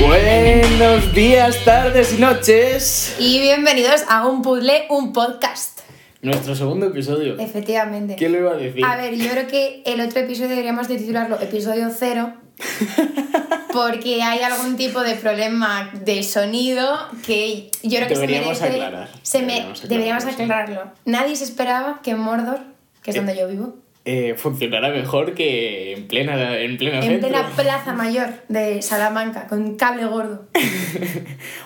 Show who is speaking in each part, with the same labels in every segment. Speaker 1: Buenos días, tardes y noches.
Speaker 2: Y bienvenidos a Un Puzzle, un podcast.
Speaker 1: Nuestro segundo episodio.
Speaker 2: Efectivamente.
Speaker 1: ¿Qué lo iba a decir?
Speaker 2: Eh, A ver, yo creo que el otro episodio deberíamos de titularlo Episodio Cero. Porque hay algún tipo de problema de sonido que yo creo que
Speaker 1: Deberíamos
Speaker 2: se merece-
Speaker 1: aclarar.
Speaker 2: se me-
Speaker 1: Deberíamos
Speaker 2: deberíamos,
Speaker 1: aclarar,
Speaker 2: aclararlo. Nadie se esperaba que en Mordor, que es
Speaker 1: Eh,
Speaker 2: donde yo vivo,
Speaker 1: Eh, funcionará mejor que en plena en pleno
Speaker 2: en
Speaker 1: centro.
Speaker 2: plena plaza mayor de Salamanca, con cable gordo.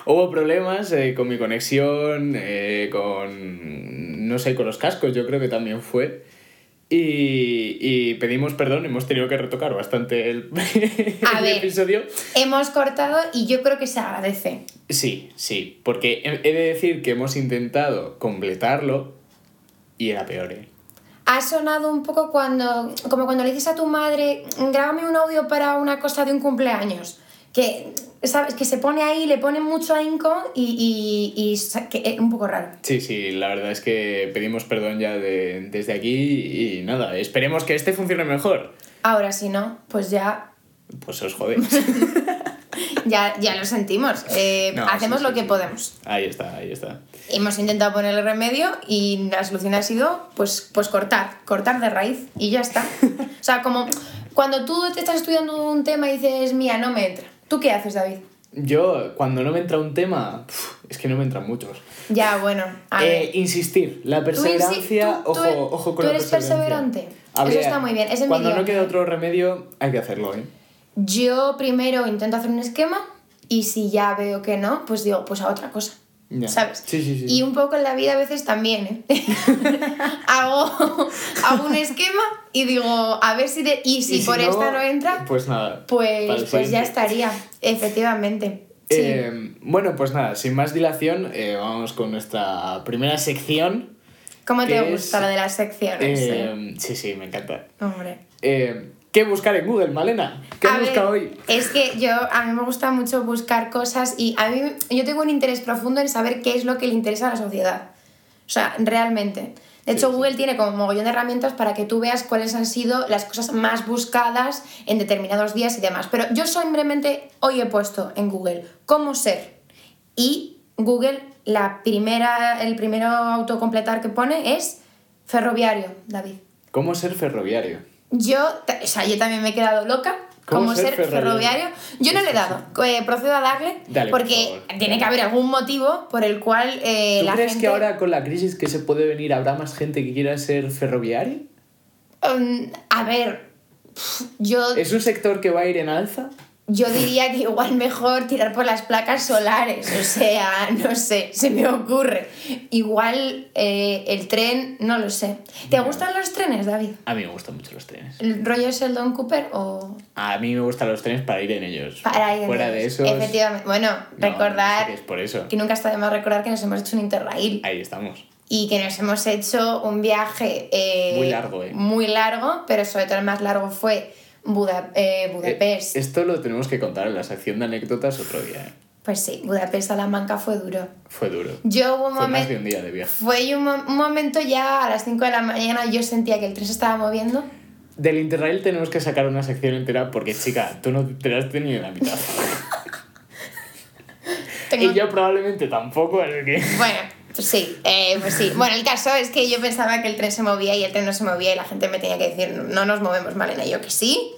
Speaker 1: Hubo problemas eh, con mi conexión, eh, con no sé, con los cascos, yo creo que también fue. Y, y pedimos perdón, hemos tenido que retocar bastante el,
Speaker 2: A
Speaker 1: el
Speaker 2: ver.
Speaker 1: episodio.
Speaker 2: Hemos cortado y yo creo que se agradece.
Speaker 1: Sí, sí, porque he he de decir que hemos intentado completarlo y era peor, ¿eh?
Speaker 2: Ha sonado un poco cuando, como cuando le dices a tu madre, grábame un audio para una cosa de un cumpleaños. Que, ¿sabes? Que se pone ahí, le pone mucho ahínco y, y, y sa- que es un poco raro.
Speaker 1: Sí, sí, la verdad es que pedimos perdón ya de- desde aquí y nada, esperemos que este funcione mejor.
Speaker 2: Ahora, si no, pues ya,
Speaker 1: Pues os jodemos.
Speaker 2: ya, ya lo sentimos. Eh,
Speaker 1: No,
Speaker 2: hacemos
Speaker 1: sí,
Speaker 2: lo
Speaker 1: sí,
Speaker 2: que
Speaker 1: sí.
Speaker 2: podemos.
Speaker 1: Ahí está, ahí está.
Speaker 2: Hemos intentado ponerle remedio y la solución ha sido, pues, pues cortar, cortar de raíz y ya está. O sea, como cuando tú te estás estudiando un tema y dices, mía, no me entra. ¿Tú qué haces, David?
Speaker 1: Yo, cuando no me entra un tema, pf, es que no me entran muchos.
Speaker 2: Ya, bueno. a
Speaker 1: Eh,
Speaker 2: ver.
Speaker 1: insistir, la
Speaker 2: Tú insi-
Speaker 1: perseverancia,
Speaker 2: tú- tú-
Speaker 1: ojo, ojo con
Speaker 2: tú
Speaker 1: la
Speaker 2: eres
Speaker 1: perseverancia.
Speaker 2: perseverante.
Speaker 1: Habría-
Speaker 2: Eso está muy bien. Es
Speaker 1: Cuando
Speaker 2: envidiable.
Speaker 1: no queda otro remedio, hay que hacerlo, ¿eh?
Speaker 2: Yo primero intento hacer un esquema y si ya veo que no, pues digo, pues a otra cosa.
Speaker 1: Ya.
Speaker 2: ¿Sabes?
Speaker 1: Sí, sí, sí.
Speaker 2: Y un poco en la vida a veces también, ¿eh? hago, hago un esquema y digo, a ver si... de- y si,
Speaker 1: Y si
Speaker 2: por esta no entra,
Speaker 1: Pues nada. para el
Speaker 2: pues, pues ya
Speaker 1: siguiente.
Speaker 2: estaría, efectivamente. Sí.
Speaker 1: Eh, bueno, pues nada, sin más dilación, eh, vamos con nuestra primera sección.
Speaker 2: ¿Cómo
Speaker 1: que
Speaker 2: te
Speaker 1: es-
Speaker 2: gusta lo de las secciones? eh?
Speaker 1: Eh, sí, sí, me encanta.
Speaker 2: Hombre.
Speaker 1: Eh, ¿Qué buscar en Google, Malena? ¿Qué
Speaker 2: A
Speaker 1: busca
Speaker 2: ver,
Speaker 1: hoy?
Speaker 2: Es que yo, a mí me gusta mucho buscar cosas y a mí, yo tengo un interés profundo en saber qué es lo que le interesa a la sociedad. O sea, realmente. De
Speaker 1: Sí,
Speaker 2: hecho,
Speaker 1: sí.
Speaker 2: Google tiene como mogollón de herramientas para que tú veas cuáles han sido las cosas más buscadas en determinados días y demás. Pero yo simplemente hoy he puesto en Google cómo ser y Google la primera, el primero autocompletar que pone es ferroviario, David.
Speaker 1: ¿Cómo ser ferroviario?
Speaker 2: Yo, ta- o sea, yo también me he quedado loca.
Speaker 1: ¿Cómo
Speaker 2: Como
Speaker 1: ser
Speaker 2: ser ferroviario.
Speaker 1: ferroviario?
Speaker 2: Yo no le he dado. eh, procedo a darle.
Speaker 1: Dale, por
Speaker 2: porque
Speaker 1: favor.
Speaker 2: tiene que haber algún motivo por el cual eh,
Speaker 1: ¿Tú
Speaker 2: la
Speaker 1: crees
Speaker 2: gente.
Speaker 1: que ahora con la crisis que se puede venir habrá más gente que quiera ser ferroviario?
Speaker 2: Um, a ver. pf, Yo,
Speaker 1: ¿Es un sector que va a ir en alza?
Speaker 2: yo diría que igual mejor tirar por las placas solares. O sea, no sé, se me ocurre. Igual eh, el tren, no lo sé. ¿Te
Speaker 1: Ya.
Speaker 2: gustan los trenes, David?
Speaker 1: A mí me gustan mucho los trenes.
Speaker 2: ¿El rollo Sheldon Cooper o.?
Speaker 1: A mí me gustan los trenes para ir en ellos.
Speaker 2: Para ir en
Speaker 1: Fuera
Speaker 2: ellos?
Speaker 1: de esos...
Speaker 2: Efectivamente. Bueno,
Speaker 1: no, no
Speaker 2: recordar.
Speaker 1: sé qué es por eso.
Speaker 2: que nunca está de más recordar que nos hemos hecho un interrail
Speaker 1: Ahí estamos.
Speaker 2: y que nos hemos hecho un viaje eh,
Speaker 1: Muy largo, ¿eh?
Speaker 2: muy largo, pero sobre todo el más largo fue Buda- eh, Budapest.
Speaker 1: Eh, esto lo tenemos que contar en la sección de anécdotas otro día. ¿eh?
Speaker 2: Pues sí, Budapest Salamanca fue duro.
Speaker 1: Fue duro.
Speaker 2: Yo hubo un
Speaker 1: Fue más de
Speaker 2: momento.
Speaker 1: un día de viaje.
Speaker 2: Fue un, mo- un momento ya a las 5 de la mañana, yo sentía que el tren se estaba moviendo.
Speaker 1: Del Interrail tenemos que sacar una sección entera porque, chica, tú no te enteraste ni de la mitad.
Speaker 2: Tengo-
Speaker 1: y yo probablemente tampoco, así que...
Speaker 2: Bueno, pues sí, eh, pues sí. Bueno, el caso es que yo pensaba que el tren se movía y el tren no se movía y la gente me tenía que decir, no nos movemos, Malena, y yo que sí.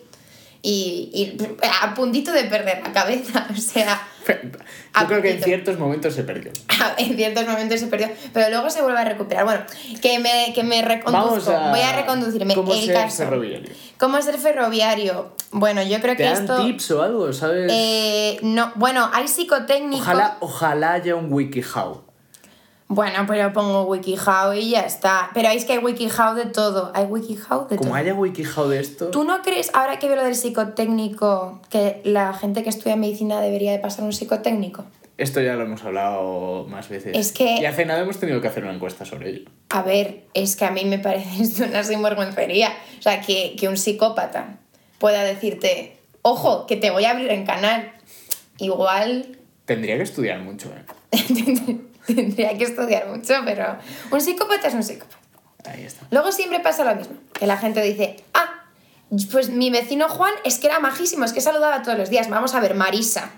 Speaker 2: Y, y a puntito de perder la cabeza, o sea,
Speaker 1: Yo creo que en
Speaker 2: Apetito.
Speaker 1: ciertos momentos se perdió.
Speaker 2: en ciertos momentos se perdió, pero luego se vuelve a recuperar. Bueno, que me, que me reconduzco, voy a reconducirme.
Speaker 1: ¿Cómo
Speaker 2: el
Speaker 1: ser
Speaker 2: caso.
Speaker 1: ferroviario?
Speaker 2: ¿Cómo ser ferroviario? Bueno, yo creo
Speaker 1: ¿Te
Speaker 2: que
Speaker 1: dan
Speaker 2: esto...
Speaker 1: tips o algo, sabes?
Speaker 2: eh, no, bueno, hay psicotécnicos...
Speaker 1: Ojalá, ojalá haya un WikiHow.
Speaker 2: Bueno, pero pongo WikiHow y ya está. Pero es que hay WikiHow de todo. Hay WikiHow de
Speaker 1: Como
Speaker 2: todo.
Speaker 1: haya WikiHow de esto,
Speaker 2: ¿Tú no crees, ahora que veo lo del psicotécnico, que la gente que estudia medicina debería de pasar un psicotécnico?
Speaker 1: esto ya lo hemos hablado más veces.
Speaker 2: Es que-
Speaker 1: Y hace nada hemos tenido que hacer una encuesta sobre ello.
Speaker 2: A ver, es que a mí me parece esto una sinvergüencería. O sea, que, que un psicópata pueda decirte, ojo, que te voy a abrir en canal. Igual
Speaker 1: Tendría que estudiar mucho, ¿eh?
Speaker 2: tendría que estudiar mucho, pero un psicópata es un psicópata.
Speaker 1: Ahí está.
Speaker 2: Luego siempre pasa lo mismo, que la gente dice, ah, pues mi vecino Juan es que era majísimo, es que saludaba todos los días. Vamos a ver, Marisa,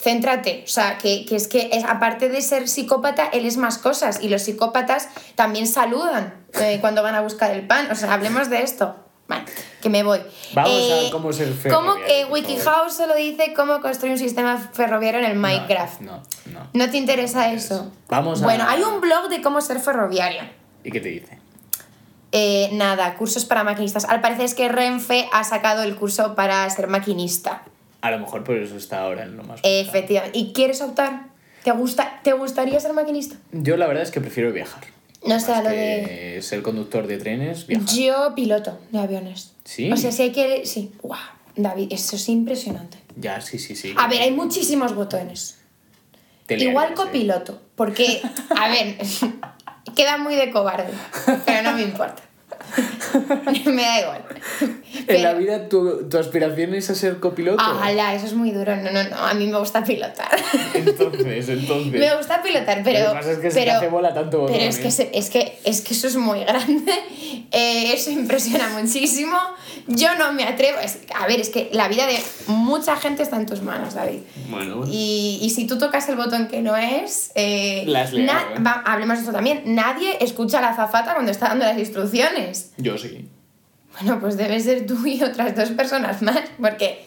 Speaker 2: céntrate. O sea, que, que es que es, aparte de ser psicópata, él es más cosas y los psicópatas también saludan eh, cuando van a buscar el pan. O sea, hablemos de esto. Vale, que me voy.
Speaker 1: Vamos
Speaker 2: Eh,
Speaker 1: a cómo ser feo.
Speaker 2: ¿Cómo que WikiHow solo dice cómo construir un sistema ferroviario en el Minecraft?
Speaker 1: No, no.
Speaker 2: No te interesa eso.
Speaker 1: Vamos a-
Speaker 2: Bueno, hay un blog de cómo ser ferroviario.
Speaker 1: ¿Y qué te dice?
Speaker 2: Eh, nada, cursos para maquinistas. Al parecer es que Renfe ha sacado el curso para ser maquinista.
Speaker 1: A lo mejor por eso está ahora en lo más. buscado.
Speaker 2: Efectivamente. ¿Y quieres optar? ¿Te, gusta, ¿Te gustaría ser maquinista?
Speaker 1: Yo la verdad es que prefiero viajar.
Speaker 2: No sé,
Speaker 1: Más
Speaker 2: lo
Speaker 1: que
Speaker 2: de...
Speaker 1: Ser conductor de trenes, viajar.
Speaker 2: Yo piloto de aviones.
Speaker 1: Sí.
Speaker 2: O sea, si hay que... Sí. Guau, David, eso es impresionante.
Speaker 1: Ya, sí, sí, sí.
Speaker 2: A ver, hay muchísimos botones.
Speaker 1: Te liarías,
Speaker 2: Igual
Speaker 1: ¿eh?
Speaker 2: copiloto, porque, a ver, queda muy de cobarde, pero no me importa. me da igual.
Speaker 1: En la
Speaker 2: Pero-
Speaker 1: vida tu, tu aspiración es a ser copiloto.
Speaker 2: Ojalá, eso es muy duro. No, no, no, a mí me gusta pilotar.
Speaker 1: Entonces, entonces.
Speaker 2: me gusta pilotar, pero...
Speaker 1: Lo que pasa es que se te
Speaker 2: pero-
Speaker 1: hace bola tanto botón,
Speaker 2: Pero es
Speaker 1: ¿eh?
Speaker 2: que, se- es, que, es que eso es muy grande, eh, eso impresiona muchísimo. Yo no me atrevo... es- a ver, es que la vida de mucha gente está en tus manos, David.
Speaker 1: Bueno, bueno.
Speaker 2: Y, y si tú tocas el botón que no es, eh,
Speaker 1: Las leo,
Speaker 2: na-
Speaker 1: ¿eh?
Speaker 2: va- hablemos de eso también, nadie escucha a la zafata cuando está dando las instrucciones.
Speaker 1: Yo sí.
Speaker 2: Bueno, pues debe ser tú y otras dos personas más, porque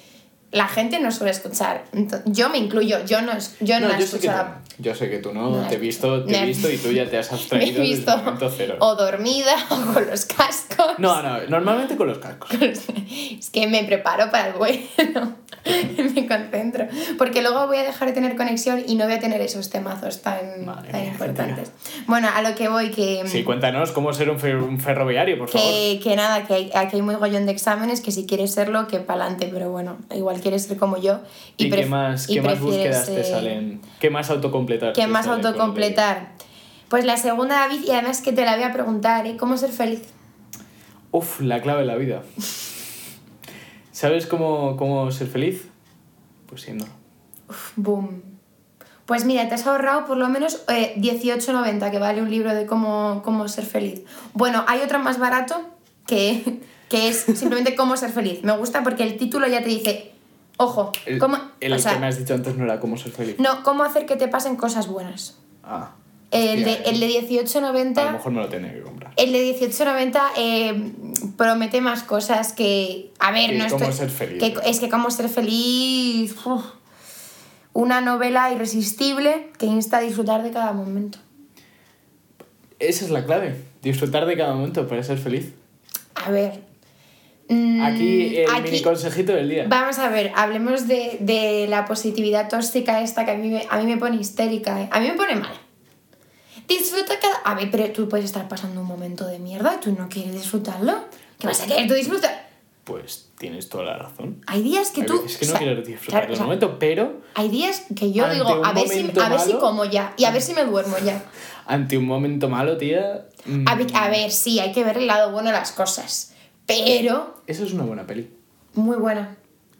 Speaker 2: la gente no suele escuchar. Ento- yo me incluyo, yo no, es- yo no, la
Speaker 1: yo sé,
Speaker 2: escucho.
Speaker 1: que tú,
Speaker 2: a la-
Speaker 1: no. yo sé que tú
Speaker 2: No
Speaker 1: no.
Speaker 2: la
Speaker 1: te he visto, te
Speaker 2: escucho.
Speaker 1: he visto y tú ya te has
Speaker 2: me
Speaker 1: abstraído
Speaker 2: he visto Oh.
Speaker 1: desde el momento cero.
Speaker 2: o dormida o con los cascos.
Speaker 1: No, no, normalmente con los cascos.
Speaker 2: Es que me preparo para el vuelo, me concentro. Porque luego voy a dejar de tener conexión y no voy a tener esos temazos tan,
Speaker 1: Madre
Speaker 2: tan
Speaker 1: mía,
Speaker 2: importantes. Bueno, a lo que voy, que,
Speaker 1: Sí, cuéntanos cómo ser un, fer- un ferroviario, por favor.
Speaker 2: que, que nada, que hay- aquí hay muy gollón de exámenes, que si quieres serlo, que pa'lante, pero bueno, igual quieres ser como yo.
Speaker 1: ¿Y, qué
Speaker 2: pref-
Speaker 1: más,
Speaker 2: y
Speaker 1: qué más
Speaker 2: prefieres,
Speaker 1: búsquedas te
Speaker 2: eh,
Speaker 1: salen? ¿Qué más autocompletar?
Speaker 2: ¿Qué
Speaker 1: te
Speaker 2: más
Speaker 1: sale con
Speaker 2: autocompletar? Pues la segunda, David, y además que te la voy a preguntar, ¿eh? ¿Cómo ser feliz?
Speaker 1: lo de- Uf, la clave de la vida. ¿Sabes cómo, cómo ser feliz? Pues siendo.
Speaker 2: Boom. Pues mira, te has ahorrado por lo menos eh, 18,90 que vale un libro de cómo, cómo ser feliz. Bueno, hay otro más barato que, que es simplemente cómo ser feliz. Me gusta porque el título ya te dice, ojo,
Speaker 1: El,
Speaker 2: cómo,
Speaker 1: el
Speaker 2: o sea,
Speaker 1: que me has dicho antes no era cómo ser feliz.
Speaker 2: no, cómo hacer que te pasen cosas buenas.
Speaker 1: Ah.
Speaker 2: El de,
Speaker 1: hostia,
Speaker 2: el de
Speaker 1: A lo
Speaker 2: 18,90...
Speaker 1: mejor me lo tenía que comprar.
Speaker 2: El de 1890 eh, promete más cosas que. A ver,
Speaker 1: Que
Speaker 2: no
Speaker 1: cómo
Speaker 2: estoy-
Speaker 1: ser feliz.
Speaker 2: que- es que cómo ser feliz. uf. Una novela irresistible que insta a disfrutar de cada momento.
Speaker 1: Esa es la clave. Disfrutar de cada momento para ser feliz.
Speaker 2: A ver. mm,
Speaker 1: Aquí el
Speaker 2: aquí-
Speaker 1: mini consejito del día.
Speaker 2: Vamos a ver, hablemos de, de la positividad tóxica esta que a mí me, a mí me pone histérica. eh. A mí me pone mal. Disfruta cada... A ver, pero tú puedes estar pasando un momento de mierda y tú no quieres disfrutarlo. ¿Qué vas a querer tú disfrutar?
Speaker 1: Pues tienes toda la razón.
Speaker 2: Hay días que
Speaker 1: Hay
Speaker 2: tú.
Speaker 1: veces que
Speaker 2: o
Speaker 1: no
Speaker 2: sea,
Speaker 1: quiero disfrutar
Speaker 2: claro,
Speaker 1: del
Speaker 2: o sea,
Speaker 1: momento, pero
Speaker 2: Hay días que yo
Speaker 1: Ante
Speaker 2: digo,
Speaker 1: un
Speaker 2: a ver, si,
Speaker 1: momento
Speaker 2: a ver si
Speaker 1: malo-
Speaker 2: como ya y a ver si me duermo ya.
Speaker 1: ante un momento malo, tía. mm,
Speaker 2: A ver, a ver, sí, hay que ver el lado bueno de las cosas. Pero,
Speaker 1: Eso es una buena peli.
Speaker 2: muy buena.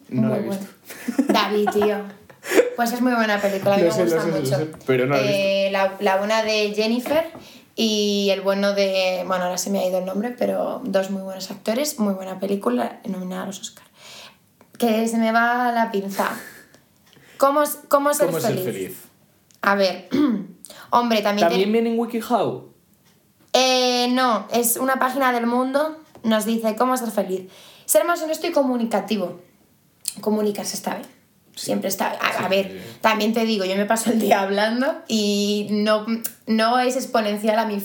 Speaker 1: No
Speaker 2: muy
Speaker 1: la he visto.
Speaker 2: buena. David, tío. Pues es muy buena película, a mí
Speaker 1: Lo
Speaker 2: me
Speaker 1: sé, lo
Speaker 2: gusta
Speaker 1: sé, lo
Speaker 2: mucho.
Speaker 1: sé, pero no la he
Speaker 2: Eh, la, la buena de Jennifer y el bueno de. Bueno, ahora se me ha ido el nombre, pero dos muy buenos actores, muy buena película, nominada a los Oscar. Que se me va la pinza. ¿Cómo, cómo ser
Speaker 1: ¿Cómo ser
Speaker 2: feliz?
Speaker 1: feliz?
Speaker 2: A ver, hombre, también... te-
Speaker 1: También viene en WikiHow.
Speaker 2: Eh, no, es una página del mundo, nos dice cómo ser feliz. Ser más honesto y comunicativo. Comunicarse está bien. Siempre está bien. A, a
Speaker 1: Sí,
Speaker 2: ver,
Speaker 1: sí, sí.
Speaker 2: también te digo, yo me paso el día hablando y no, no es exponencial a mi,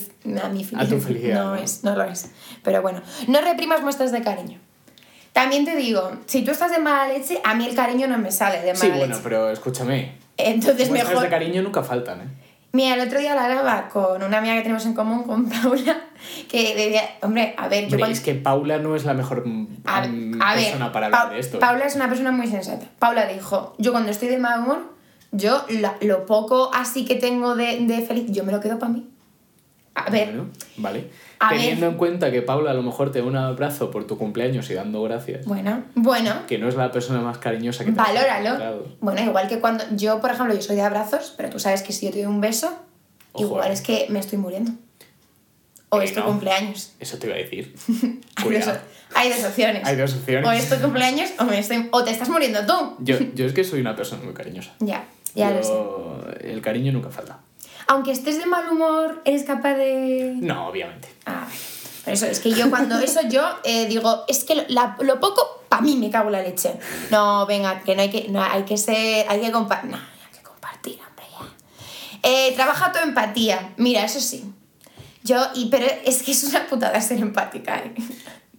Speaker 2: a mi
Speaker 1: A tu felicidad,
Speaker 2: No,
Speaker 1: ¿no?
Speaker 2: es, no lo es. Pero bueno, no reprimas muestras de cariño. También te digo, si tú estás de mala leche, a mí el cariño no me sale de mala
Speaker 1: Sí, bueno,
Speaker 2: leche.
Speaker 1: pero escúchame.
Speaker 2: Entonces
Speaker 1: Muestras
Speaker 2: mejor...
Speaker 1: de cariño nunca faltan, ¿eh?
Speaker 2: Mira, el otro día la hablaba con una amiga que tenemos en común, con Paula, que decía, hombre, a ver, yo
Speaker 1: Hombre,
Speaker 2: cuando...
Speaker 1: es que Paula no es la mejor mm,
Speaker 2: a, ver,
Speaker 1: mm,
Speaker 2: a ver,
Speaker 1: persona para
Speaker 2: Pa-
Speaker 1: hablar de esto. ¿eh?
Speaker 2: Paula es una persona muy sensata. Paula dijo, yo cuando estoy de mal humor, yo la- lo poco así que tengo de, de feliz, yo me lo quedo para mí. A ver,
Speaker 1: Bueno, vale.
Speaker 2: A
Speaker 1: Teniendo
Speaker 2: ver.
Speaker 1: en cuenta que Paula a lo mejor te da un abrazo por tu cumpleaños y dando gracias,
Speaker 2: bueno, bueno,
Speaker 1: que no es la persona más cariñosa que te has
Speaker 2: valóralo.
Speaker 1: encontrado.
Speaker 2: Bueno, igual que cuando yo, por ejemplo, yo soy de abrazos, pero tú sabes que si yo te doy un beso,
Speaker 1: Ojo,
Speaker 2: igual
Speaker 1: eh.
Speaker 2: es que me estoy muriendo. O
Speaker 1: Eh,
Speaker 2: es tu
Speaker 1: no.
Speaker 2: cumpleaños.
Speaker 1: Eso te iba a decir.
Speaker 2: Hay dos,
Speaker 1: Cuidado.
Speaker 2: hay dos opciones.
Speaker 1: Hay dos opciones.
Speaker 2: O es tu cumpleaños o, me estoy- o te estás muriendo tú.
Speaker 1: Yo, yo es que soy una persona muy cariñosa.
Speaker 2: Ya, ya lo sé.
Speaker 1: Yo- El cariño nunca falta.
Speaker 2: Aunque estés de mal humor, eres capaz de...
Speaker 1: No, obviamente.
Speaker 2: Ah, bueno. Por eso, es que yo cuando eso yo eh, digo, es que lo, la- lo poco, para mí me cago en la leche. No, venga, que no hay que, no, hay que ser, hay que compartir. No, hay que compartir, hombre, ya. Eh, trabaja tu empatía. Mira, eso sí. Yo, y, pero es que es una putada ser empática, ¿eh?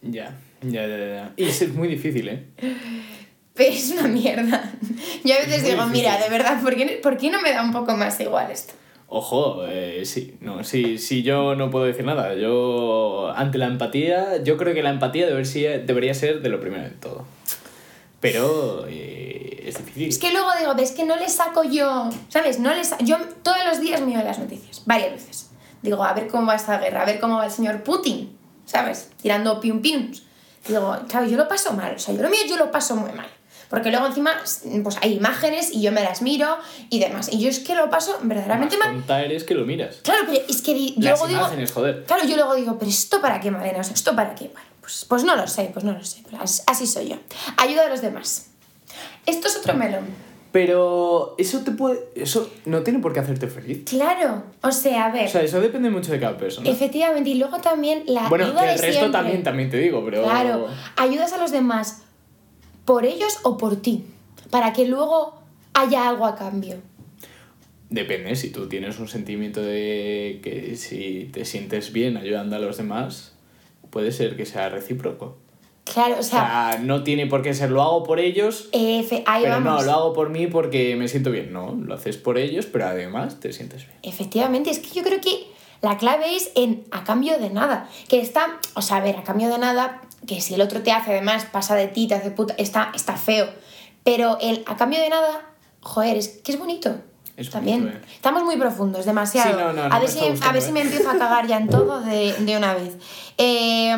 Speaker 1: Ya, ya, ya, ya. Y es muy difícil, ¿eh?
Speaker 2: Pero es una mierda. Yo a veces
Speaker 1: muy
Speaker 2: digo,
Speaker 1: difícil.
Speaker 2: mira, de verdad, ¿por qué, por qué no me da un poco más igual esto?
Speaker 1: Ojo, eh, sí, no, sí, sí, yo no puedo decir nada. Yo, ante la empatía, yo creo que la empatía deber- sí, debería ser de lo primero de todo. Pero eh, es difícil.
Speaker 2: Es que luego digo, ves que no le saco yo, ¿sabes? No le sa- yo todos los días miro las noticias, varias veces. Digo, a ver cómo va esta guerra, a ver cómo va el señor Putin, ¿sabes? Tirando pium piums. Digo, claro, yo lo paso mal, o sea, yo lo mío yo lo paso muy mal. Porque luego encima, pues hay imágenes y yo me las miro y demás. Y yo es que lo paso verdaderamente
Speaker 1: Más
Speaker 2: mal.
Speaker 1: tonta eres que lo miras.
Speaker 2: Claro, pero es que di- yo
Speaker 1: Las
Speaker 2: luego digo,
Speaker 1: imágenes, joder.
Speaker 2: Claro, yo luego digo, pero ¿esto para qué, Malena? O sea, ¿esto para qué? Bueno, pues, pues no lo sé, pues no lo sé. Pero as- Así soy yo. Ayuda a los demás. Esto es otro melón.
Speaker 1: Pero eso te puede. Eso no tiene por qué hacerte feliz.
Speaker 2: Claro, o sea, a ver,
Speaker 1: O sea, eso depende mucho de cada persona.
Speaker 2: efectivamente, y luego también la
Speaker 1: Bueno,
Speaker 2: ayuda
Speaker 1: que
Speaker 2: de
Speaker 1: el resto
Speaker 2: siempre.
Speaker 1: también, también te digo, pero.
Speaker 2: Claro, ayudas a los demás por ellos o por ti, para que luego haya algo a cambio.
Speaker 1: Depende, si tú tienes un sentimiento de que si te sientes bien ayudando a los demás, puede ser que sea recíproco.
Speaker 2: Claro, o
Speaker 1: O
Speaker 2: sea,
Speaker 1: sea, no tiene por qué ser lo hago por ellos,
Speaker 2: efe- ahí
Speaker 1: pero
Speaker 2: vamos.
Speaker 1: no, lo hago por mí porque me siento bien. No, lo haces por ellos, pero además te sientes bien.
Speaker 2: Efectivamente, es que yo creo que la clave es en a cambio de nada. Que está, o sea, a ver, a cambio de nada, que si el otro te hace además, pasa de ti, te hace puta, está, está feo. Pero el a cambio de nada, joder, es que es bonito.
Speaker 1: Es
Speaker 2: También.
Speaker 1: bonito, eh.
Speaker 2: Estamos muy profundos, demasiado.
Speaker 1: Sí, no, no, no, me
Speaker 2: a, ver si,
Speaker 1: está gustando,
Speaker 2: a ver si
Speaker 1: eh.
Speaker 2: me empiezo a cagar ya en todo de, de una vez. Eh,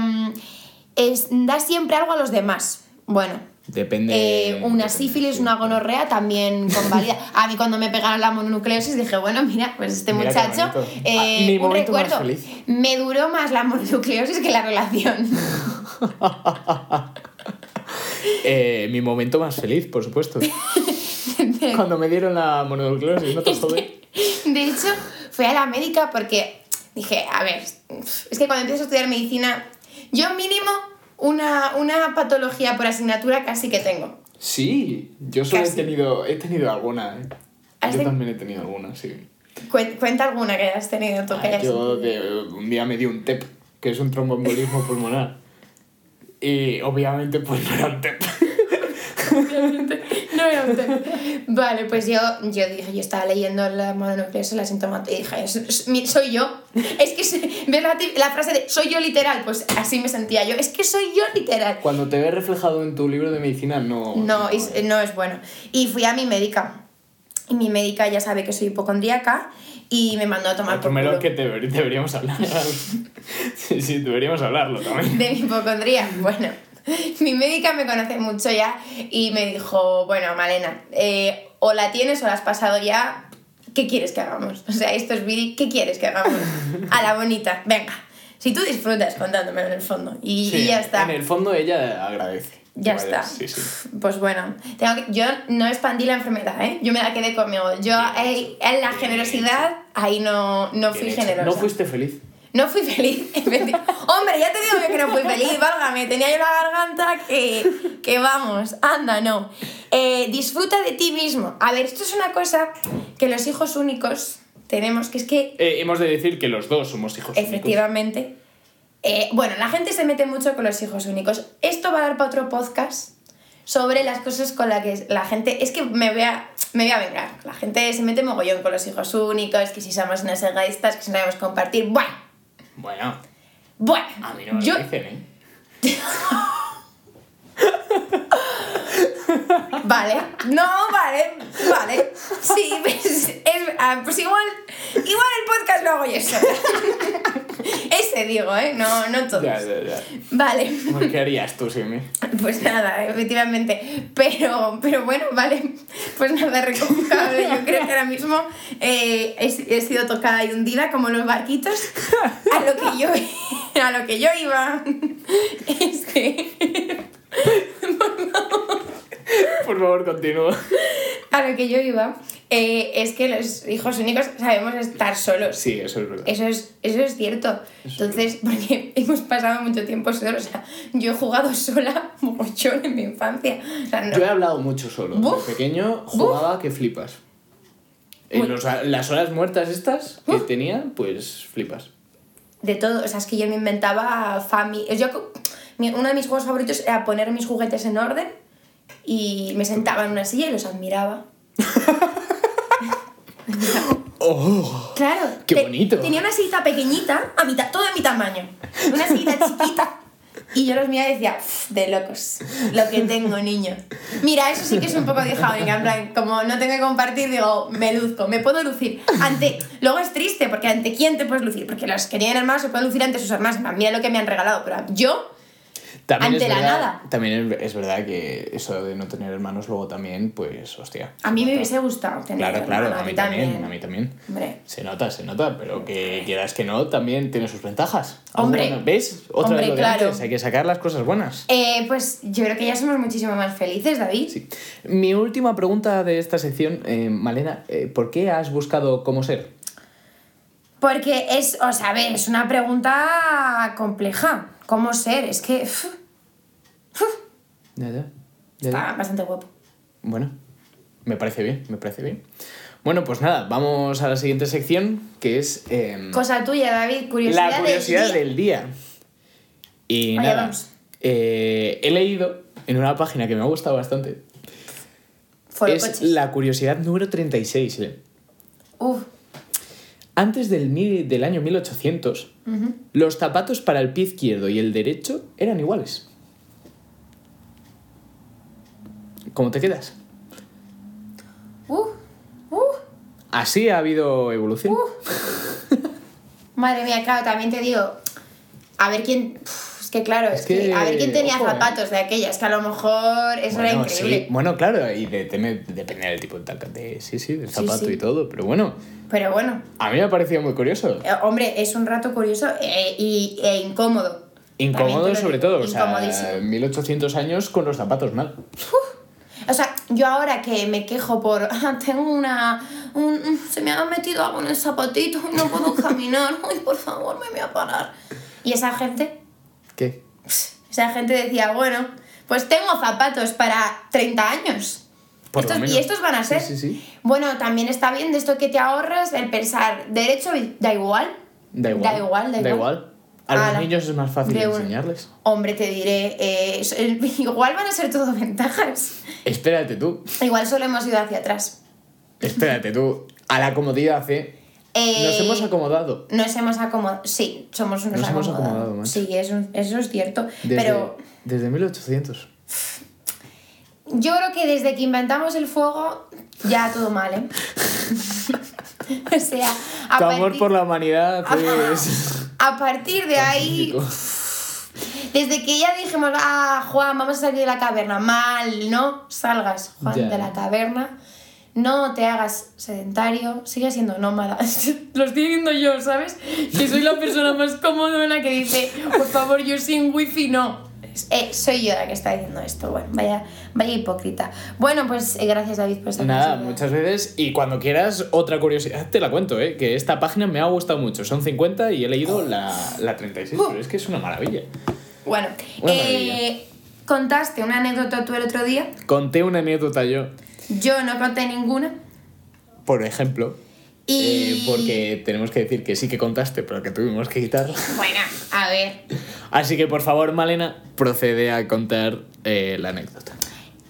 Speaker 2: es, da siempre algo a los demás. Bueno,
Speaker 1: Depende.
Speaker 2: eh, una
Speaker 1: depende,
Speaker 2: sífilis,
Speaker 1: sí.
Speaker 2: una gonorrea también convalida. A mí cuando me pegaron la mononucleosis dije, bueno, mira, pues este
Speaker 1: Mira qué
Speaker 2: muchacho,
Speaker 1: bonito.
Speaker 2: eh,
Speaker 1: Ah, mi
Speaker 2: un
Speaker 1: momento más
Speaker 2: recuerdo,
Speaker 1: feliz.
Speaker 2: me duró más la mononucleosis que la relación.
Speaker 1: Eh, mi momento más feliz, por supuesto. Cuando me dieron la mononucleosis, no te jode.
Speaker 2: De hecho, fui a la médica porque dije, a ver, es que cuando empiezo a estudiar medicina, yo mínimo una, una patología por asignatura casi que tengo.
Speaker 1: Sí, yo solo he
Speaker 2: Casi.
Speaker 1: tenido, he tenido alguna, ¿eh?
Speaker 2: ¿Has
Speaker 1: Yo
Speaker 2: ten-
Speaker 1: también he tenido alguna, sí.
Speaker 2: Cuen- Cuenta alguna que hayas tenido tú, que
Speaker 1: Ah,
Speaker 2: hayas
Speaker 1: yo que un día me dio un TEP, que es un tromboembolismo pulmonar. Y obviamente pues no era un TEP.
Speaker 2: No era un tema. Vale, pues yo, yo dije, yo estaba leyendo la mononucleosis, la sintomatología, y dije, "Es- es- mi- soy yo. Es que, se- ¿ves la, ti- la frase de soy yo literal? Pues así me sentía yo, es que soy yo literal.
Speaker 1: Cuando te ves reflejado en tu libro de medicina, no...
Speaker 2: No, es, eh, no es bueno. Y fui a mi médica. Y mi médica ya sabe que soy hipocondríaca y me mandó a tomar
Speaker 1: Lo
Speaker 2: por
Speaker 1: primero
Speaker 2: culo
Speaker 1: que te- deberíamos hablar. sí, sí, deberíamos hablarlo también.
Speaker 2: de mi hipocondría. Bueno, mi médica me conoce mucho ya y me dijo, bueno, Malena, eh, o la tienes o la has pasado ya, ¿qué quieres que hagamos? O sea, esto es Viri, ¿qué quieres que hagamos? A la bonita, venga. Si tú disfrutas contándome en el fondo y, y
Speaker 1: Sí,
Speaker 2: ya está.
Speaker 1: En el fondo ella agradece.
Speaker 2: Ya
Speaker 1: Vaya,
Speaker 2: está.
Speaker 1: Sí, sí.
Speaker 2: Pues bueno, tengo que- yo no expandí la enfermedad, ¿eh? Yo me la quedé conmigo. Yo ahí, en la
Speaker 1: Bien
Speaker 2: generosidad, ahí no, no fui
Speaker 1: Bien hecho.
Speaker 2: generosa.
Speaker 1: No fuiste feliz.
Speaker 2: No fui feliz. efecti- Hombre, ya te digo yo que no fui feliz, válgame. Tenía yo la garganta que, que vamos, anda, no. Eh, disfruta de ti mismo. A ver, esto es una cosa que los hijos únicos tenemos, que es que
Speaker 1: Eh, hemos de decir que los dos somos hijos únicos.
Speaker 2: efectivamente... eh, bueno, la gente se mete mucho con los hijos únicos. Esto va a dar para otro podcast sobre las cosas con las que la gente... Es que me voy a, me voy a vengar. La gente se mete mogollón con los hijos únicos, que si somos unas egoístas, que si no debemos compartir. Bueno,
Speaker 1: Bueno,
Speaker 2: bueno.
Speaker 1: a mí no me
Speaker 2: yo,
Speaker 1: lo dicen, ¿eh?
Speaker 2: Vale, no, vale, vale. Sí, pues, es, ah, pues igual Igual el podcast lo hago yo sola. Ese digo, ¿eh? No, no todos.
Speaker 1: Ya, ya, ya.
Speaker 2: Vale.
Speaker 1: Bueno, ¿Qué harías tú sin mí?
Speaker 2: Pues nada, efectivamente. Pero, pero bueno, vale. Pues nada, recojo un cable. Yo creo que ahora mismo eh, he, he sido tocada y hundida como los barquitos. A lo que yo, a lo que yo iba. Es que.
Speaker 1: Por favor, continúa.
Speaker 2: A lo que yo iba. eh, es que los hijos únicos sabemos estar solos.
Speaker 1: Sí, eso es verdad.
Speaker 2: Eso es, eso es cierto. Entonces, porque hemos pasado mucho tiempo solos. O sea, yo he jugado sola mogollón en mi infancia. O sea, no-
Speaker 1: Yo he hablado mucho solo.
Speaker 2: Buf.
Speaker 1: De pequeño jugaba que flipas. Y
Speaker 2: Uy.
Speaker 1: los- las horas muertas estas que tenía, pues flipas.
Speaker 2: de todo. O sea, es que yo me inventaba familia. Yo, co- mi- uno de mis juegos favoritos era poner mis juguetes en orden y me sentaba en una silla y los admiraba. Oh. Claro.
Speaker 1: Qué bonito.
Speaker 2: Tenía una sillita pequeñita, a mitad, todo de mi tamaño. Una sillita chiquita. Y yo los miraba y decía, "Pff, de locos, lo que tengo, niño. Mira, eso sí que es un poco de jaúnica, en plan, como no tengo que compartir, digo, me luzco, me puedo lucir. ante Luego es triste, porque ante quién te puedes lucir, porque las que tienen hermanos se pueden lucir ante sus hermanas, en plan, mira lo que me han regalado, pero yo, Ante
Speaker 1: es
Speaker 2: la
Speaker 1: verdad-
Speaker 2: nada.
Speaker 1: También es, es verdad que eso de no tener hermanos luego también, pues hostia.
Speaker 2: a mí me hubiese gustado tener
Speaker 1: Claro, claro,
Speaker 2: hermano,
Speaker 1: a mí también, a mí también.
Speaker 2: Hombre,
Speaker 1: Se nota, se nota, pero que quieras que no, también tiene sus ventajas.
Speaker 2: Hombre.
Speaker 1: Bueno, ¿Ves? Otra
Speaker 2: Hombre,
Speaker 1: vez lo de
Speaker 2: claro.
Speaker 1: antes, hay que sacar las cosas buenas.
Speaker 2: Eh, pues yo creo que ya somos muchísimo más felices, David.
Speaker 1: Sí. Mi última pregunta de esta sección, eh, Malena, eh, ¿por qué has buscado cómo ser?
Speaker 2: Porque es, o sea, a ver, es una pregunta compleja. ¿Cómo ser? Es que uf,
Speaker 1: Ya, ya, ya, ya.
Speaker 2: está bastante guapo.
Speaker 1: Bueno, me parece bien, me parece bien. Bueno, pues nada, vamos a la siguiente sección, que es em,
Speaker 2: Cosa tuya, David, curiosidad.
Speaker 1: la
Speaker 2: del
Speaker 1: curiosidad
Speaker 2: día.
Speaker 1: del día. Y
Speaker 2: Allá
Speaker 1: nada,
Speaker 2: vamos.
Speaker 1: eh, he leído en una página que me ha gustado bastante.
Speaker 2: Foro
Speaker 1: es
Speaker 2: coches.
Speaker 1: la curiosidad número 36. Ele.
Speaker 2: Uf,
Speaker 1: eh. Antes del, mil- del año 1800, los zapatos para el pie izquierdo y el derecho eran iguales. ¿Cómo te quedas?
Speaker 2: uf, uf.
Speaker 1: Así ha habido evolución.
Speaker 2: Madre mía, claro, también te digo, a ver quién. uf, es que claro, es, que,
Speaker 1: que,
Speaker 2: a ver quién tenía
Speaker 1: ojo, eh.
Speaker 2: zapatos de aquellas, que a lo mejor eso era
Speaker 1: sí,
Speaker 2: increíble.
Speaker 1: Bueno, claro, y de- teme- depende del tipo de, taca- de- sí, sí, del
Speaker 2: Sí,
Speaker 1: zapato
Speaker 2: sí.
Speaker 1: y todo, pero bueno,
Speaker 2: Pero bueno,
Speaker 1: a mí me ha parecido muy curioso.
Speaker 2: eh, hombre, es un rato curioso eh, y, e incómodo.
Speaker 1: Incómodo
Speaker 2: También te lo
Speaker 1: sobre
Speaker 2: digo,
Speaker 1: todo, o
Speaker 2: incomodísimo.
Speaker 1: sea, 1800 años con los zapatos mal.
Speaker 2: O sea, yo ahora que me quejo por. "Ah, tengo una. un- un- se me ha metido algo en el zapatito y no puedo caminar. Ay, por favor, me voy a parar. Y esa gente.
Speaker 1: ¿Qué?
Speaker 2: Esa gente decía, bueno, pues tengo zapatos para 30 años.
Speaker 1: Por lo
Speaker 2: Estos-
Speaker 1: menos.
Speaker 2: Y estos van a
Speaker 1: Sí,
Speaker 2: ser.
Speaker 1: sí, sí.
Speaker 2: Bueno, también está bien de esto que te ahorras, el pensar derecho y da igual.
Speaker 1: Da igual.
Speaker 2: Da igual, da igual.
Speaker 1: A los
Speaker 2: Ala.
Speaker 1: niños es más fácil
Speaker 2: De una.
Speaker 1: enseñarles.
Speaker 2: Hombre, te diré, eh, so- igual van a ser todo ventajas.
Speaker 1: Espérate tú,
Speaker 2: Igual solo hemos ido hacia atrás.
Speaker 1: espérate tú. A la comodidad, ¿eh? Nos
Speaker 2: Eh,
Speaker 1: hemos acomodado.
Speaker 2: Nos hemos acomodado. Sí, somos unos
Speaker 1: Nos hemos
Speaker 2: acomodados.
Speaker 1: acomodado, macho.
Speaker 2: Sí, eso, eso es cierto.
Speaker 1: Desde,
Speaker 2: Pero
Speaker 1: desde 1800.
Speaker 2: yo creo que desde que inventamos el fuego, ya todo mal, ¿eh? o sea, a
Speaker 1: Tu amor
Speaker 2: partir, Ah,
Speaker 1: por la humanidad es...
Speaker 2: a partir de ahí,
Speaker 1: magnífico.
Speaker 2: desde que ya dijimos, ah, Juan, vamos a salir de la caverna. Mal, no salgas, Juan,
Speaker 1: Ya.
Speaker 2: de la caverna. No te hagas sedentario, sigue siendo nómada. Lo estoy diciendo yo, ¿sabes? Que soy la persona más cómoda que dice, por favor, yo sin wifi no. Eh, soy yo la que está diciendo esto, bueno, vaya, vaya hipócrita. Bueno, pues eh, gracias David por esta
Speaker 1: Nada,
Speaker 2: curiosidad.
Speaker 1: muchas veces. Y cuando quieras, otra curiosidad te la cuento, ¿eh? Que esta página me ha gustado mucho. Son 50 y he leído la, la 36, pero es que es una maravilla.
Speaker 2: Bueno,
Speaker 1: Una
Speaker 2: eh, contaste una anécdota tú el otro día,
Speaker 1: Conté una anécdota yo,
Speaker 2: yo no conté ninguna.
Speaker 1: por ejemplo.
Speaker 2: Y-
Speaker 1: eh, porque tenemos que decir que sí que contaste, pero que tuvimos que quitarla.
Speaker 2: Bueno, a ver,
Speaker 1: Así que, por favor, Malena, procede a contar eh, la anécdota.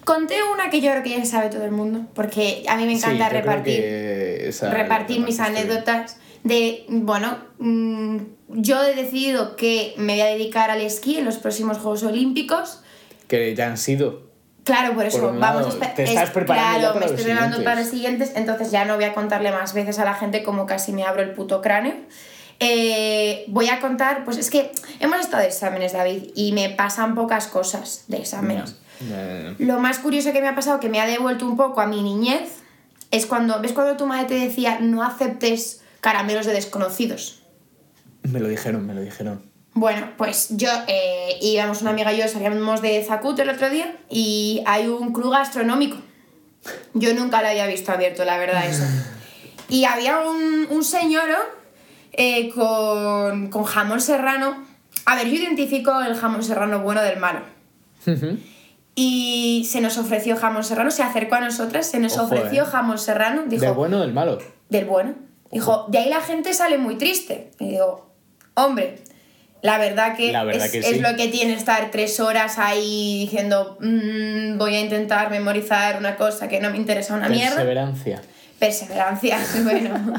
Speaker 2: Conté una que yo creo que ya sabe todo el mundo, porque a mí me
Speaker 1: Sí,
Speaker 2: encanta
Speaker 1: yo creo
Speaker 2: repartir,
Speaker 1: que esa
Speaker 2: repartir
Speaker 1: la
Speaker 2: mis
Speaker 1: repartiste bien.
Speaker 2: anécdotas de, bueno, mm, yo he decidido que me voy a dedicar al esquí en los próximos Juegos Olímpicos,
Speaker 1: Que ya han sido.
Speaker 2: Claro, por eso
Speaker 1: Por un
Speaker 2: vamos a
Speaker 1: lado,
Speaker 2: esper-
Speaker 1: te estás preparando ya
Speaker 2: Claro,
Speaker 1: para
Speaker 2: me
Speaker 1: los
Speaker 2: estoy preparando para los
Speaker 1: siguientes.
Speaker 2: siguientes, entonces ya no voy a contarle más veces a la gente como casi me abro el puto cráneo. Eh, voy a contar, pues es que hemos estado de exámenes, David, y me pasan pocas cosas de exámenes.
Speaker 1: Eh,
Speaker 2: Lo más curioso que me ha pasado, que me ha devuelto un poco a mi niñez, es cuando, ¿ves cuando tu madre te decía no aceptes caramelos de desconocidos?
Speaker 1: me lo dijeron, me lo dijeron.
Speaker 2: Bueno, pues yo eh, íbamos una amiga y yo, salíamos de Zacut el otro día y hay un club gastronómico. Yo nunca lo había visto abierto, la verdad, eso. Y había un, un señor eh, con, con jamón serrano. A ver, yo identifico el jamón serrano bueno del malo. Y se nos ofreció jamón serrano, se acercó a nosotras, se nos
Speaker 1: Ojo,
Speaker 2: ofreció
Speaker 1: eh.
Speaker 2: jamón serrano, dijo,
Speaker 1: ¿Del bueno o del malo?
Speaker 2: del bueno. Dijo, de ahí la gente sale muy triste. Y digo, hombre, la verdad que,
Speaker 1: La verdad
Speaker 2: es,
Speaker 1: que
Speaker 2: es
Speaker 1: sí.
Speaker 2: lo que tiene estar tres horas ahí diciendo, "Mm, voy a intentar memorizar una cosa que no me interesa una mierda.
Speaker 1: Perseverancia.
Speaker 2: Perseverancia, bueno.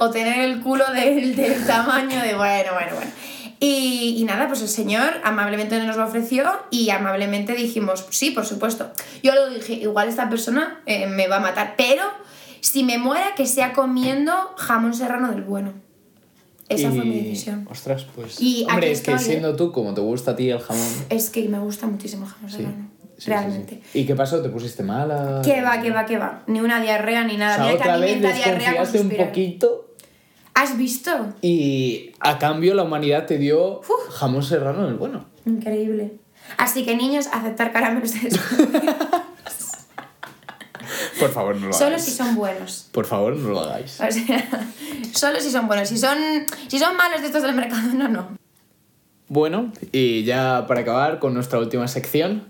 Speaker 2: o tener el culo del, del tamaño de, bueno, bueno, bueno. Y, y nada, pues el señor amablemente nos lo ofreció y amablemente dijimos, sí, por supuesto. Yo lo dije, igual esta persona eh, me va a matar, pero si me muera, que sea comiendo jamón serrano del bueno. Esa fue mi
Speaker 1: Y-
Speaker 2: decisión.
Speaker 1: Ostras, pues.
Speaker 2: Y
Speaker 1: Hombre,
Speaker 2: aquí
Speaker 1: es que
Speaker 2: estoy, ¿eh?
Speaker 1: siendo tú como te gusta a ti el jamón.
Speaker 2: Es que me gusta muchísimo el jamón
Speaker 1: Sí.
Speaker 2: serrano,
Speaker 1: sí, sí,
Speaker 2: realmente.
Speaker 1: sí. ¿Y qué pasó? ¿Te pusiste mala?
Speaker 2: ¿Qué va, qué va, qué va? Ni una diarrea ni
Speaker 1: O
Speaker 2: nada.
Speaker 1: sea,
Speaker 2: Mira que
Speaker 1: otra vez
Speaker 2: alimenta diarrea con
Speaker 1: desconfiaste un
Speaker 2: suspirar.
Speaker 1: poquito
Speaker 2: ¿Has visto?
Speaker 1: y a cambio la humanidad te dio jamón serrano del bueno.
Speaker 2: Increíble. Así que niños, aceptar caramelos de
Speaker 1: Por favor, no lo
Speaker 2: Solo si Ah. son buenos.
Speaker 1: Por favor, no lo hagáis.
Speaker 2: O sea, solo si son buenos. Si son, si son malos de estos del mercado, no, no.
Speaker 1: Bueno, y ya para acabar con nuestra última sección,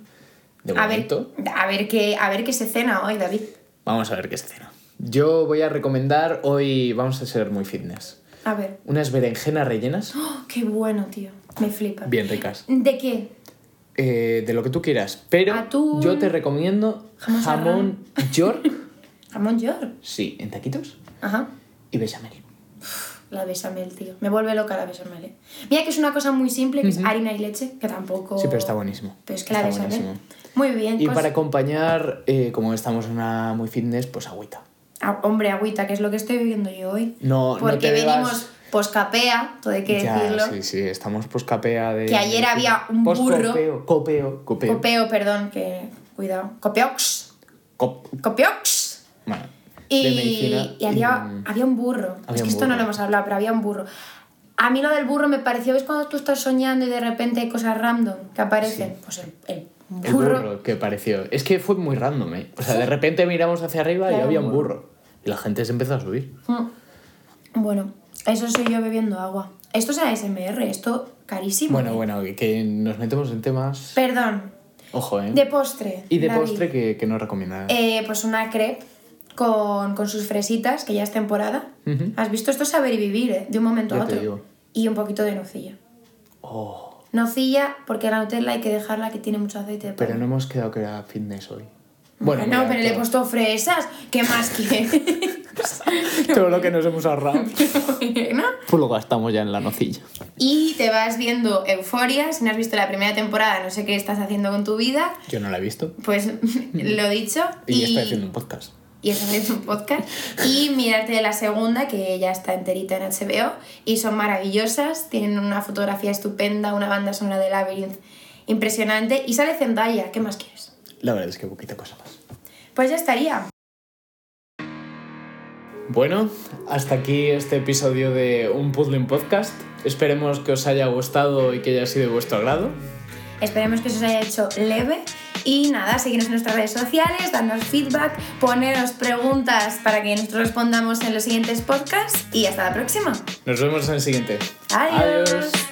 Speaker 1: de
Speaker 2: A ver,
Speaker 1: momento,
Speaker 2: a, ver qué, a ver qué se cena hoy, David.
Speaker 1: vamos a ver qué se cena. Yo voy a recomendar hoy, vamos a ser muy fitness,
Speaker 2: A ver.
Speaker 1: unas berenjenas rellenas
Speaker 2: ¡Oh, qué bueno, tío. Me flipa.
Speaker 1: bien ricas.
Speaker 2: ¿De qué?
Speaker 1: Eh, de lo que tú quieras, pero
Speaker 2: Atún.
Speaker 1: yo te recomiendo
Speaker 2: Jamón
Speaker 1: jamón, york,
Speaker 2: Jamón york.
Speaker 1: sí, en taquitos
Speaker 2: Ajá.
Speaker 1: y bechamel.
Speaker 2: La besamel, tío. Me vuelve loca la besamel, eh. Mira que es una cosa muy simple, que es harina y leche, que tampoco...
Speaker 1: Sí, pero está buenísimo.
Speaker 2: Oh, Pero es que la
Speaker 1: Está
Speaker 2: besamel...
Speaker 1: buenísimo.
Speaker 2: Muy bien.
Speaker 1: Y
Speaker 2: pues-
Speaker 1: para acompañar, eh, como estamos en una muy fitness, pues agüita.
Speaker 2: Ah, hombre, agüita, que es lo que estoy viviendo yo hoy.
Speaker 1: No, no
Speaker 2: Porque
Speaker 1: te bebas-
Speaker 2: venimos poscapea, todo hay que
Speaker 1: ya,
Speaker 2: decirlo.
Speaker 1: sí, sí, estamos poscapea de...
Speaker 2: Que ayer había un burro.
Speaker 1: Poscopeo, Copeo, copeo.
Speaker 2: Copeo, perdón, que. Cuidado. Copeox.
Speaker 1: Cop-
Speaker 2: Copeox.
Speaker 1: Bueno, de medicina
Speaker 2: Y, y había, había un burro.
Speaker 1: había
Speaker 2: es
Speaker 1: un
Speaker 2: que esto no
Speaker 1: burro.
Speaker 2: lo hemos hablado, pero había un burro. A mí lo del burro me pareció, ¿ves cuando tú estás soñando y de repente hay cosas random que aparecen? Pues el, el
Speaker 1: El
Speaker 2: burro.
Speaker 1: burro que pareció. Es que fue muy random, ¿eh? O sea, de repente miramos hacia arriba y
Speaker 2: Claro,
Speaker 1: había un
Speaker 2: un
Speaker 1: burro. Y la gente se empezó a subir.
Speaker 2: Mm. Bueno, eso soy yo bebiendo agua. Esto es ASMR, esto carísimo.
Speaker 1: Bueno,
Speaker 2: ¿eh?
Speaker 1: bueno, que- que nos metemos en temas.
Speaker 2: Perdón.
Speaker 1: Ojo, ¿eh?
Speaker 2: De postre.
Speaker 1: y de
Speaker 2: David.
Speaker 1: postre que, que nos recomienda.
Speaker 2: Eh, pues una crepe con, con sus fresitas, que ya es temporada.
Speaker 1: Ujú.
Speaker 2: Has visto esto es saber y vivir, ¿eh? de un momento
Speaker 1: Ya
Speaker 2: a
Speaker 1: te
Speaker 2: otro.
Speaker 1: digo.
Speaker 2: Y un poquito de nocilla.
Speaker 1: Oh,
Speaker 2: Nocilla, porque la Nutella hay que dejarla que tiene mucho aceite de
Speaker 1: pero
Speaker 2: palma.
Speaker 1: no hemos quedado que era fitness hoy.
Speaker 2: Bueno,
Speaker 1: mira,
Speaker 2: pero le he
Speaker 1: todo-
Speaker 2: puesto fresas. ¿Qué más quieres?
Speaker 1: Todo lo que nos hemos ahorrado,
Speaker 2: ¿No?
Speaker 1: pues lo gastamos ya en la nocilla.
Speaker 2: Y te vas viendo Euforia. Si no has visto la primera temporada, no sé qué estás haciendo con tu vida.
Speaker 1: Yo no la he visto.
Speaker 2: Pues lo dicho.
Speaker 1: Y, está haciendo un podcast.
Speaker 2: y eso es un podcast. Y mirarte de la segunda, que ya está enterita en HBO, y son maravillosas, tienen una fotografía estupenda, una banda sonora de Labyrinth impresionante, y sale Zendaya, ¿qué más quieres?
Speaker 1: La verdad es que poquita cosa más.
Speaker 2: Pues ya estaría.
Speaker 1: Bueno, hasta aquí este episodio de Un Puzzling Podcast. Esperemos que os haya gustado y que haya sido de vuestro agrado.
Speaker 2: Esperemos que eso os haya hecho leve. Y nada, seguidnos en nuestras redes sociales, darnos feedback, poneros preguntas para que nosotros respondamos en los siguientes podcasts. Y hasta la próxima.
Speaker 1: Nos vemos en el siguiente.
Speaker 2: Adiós.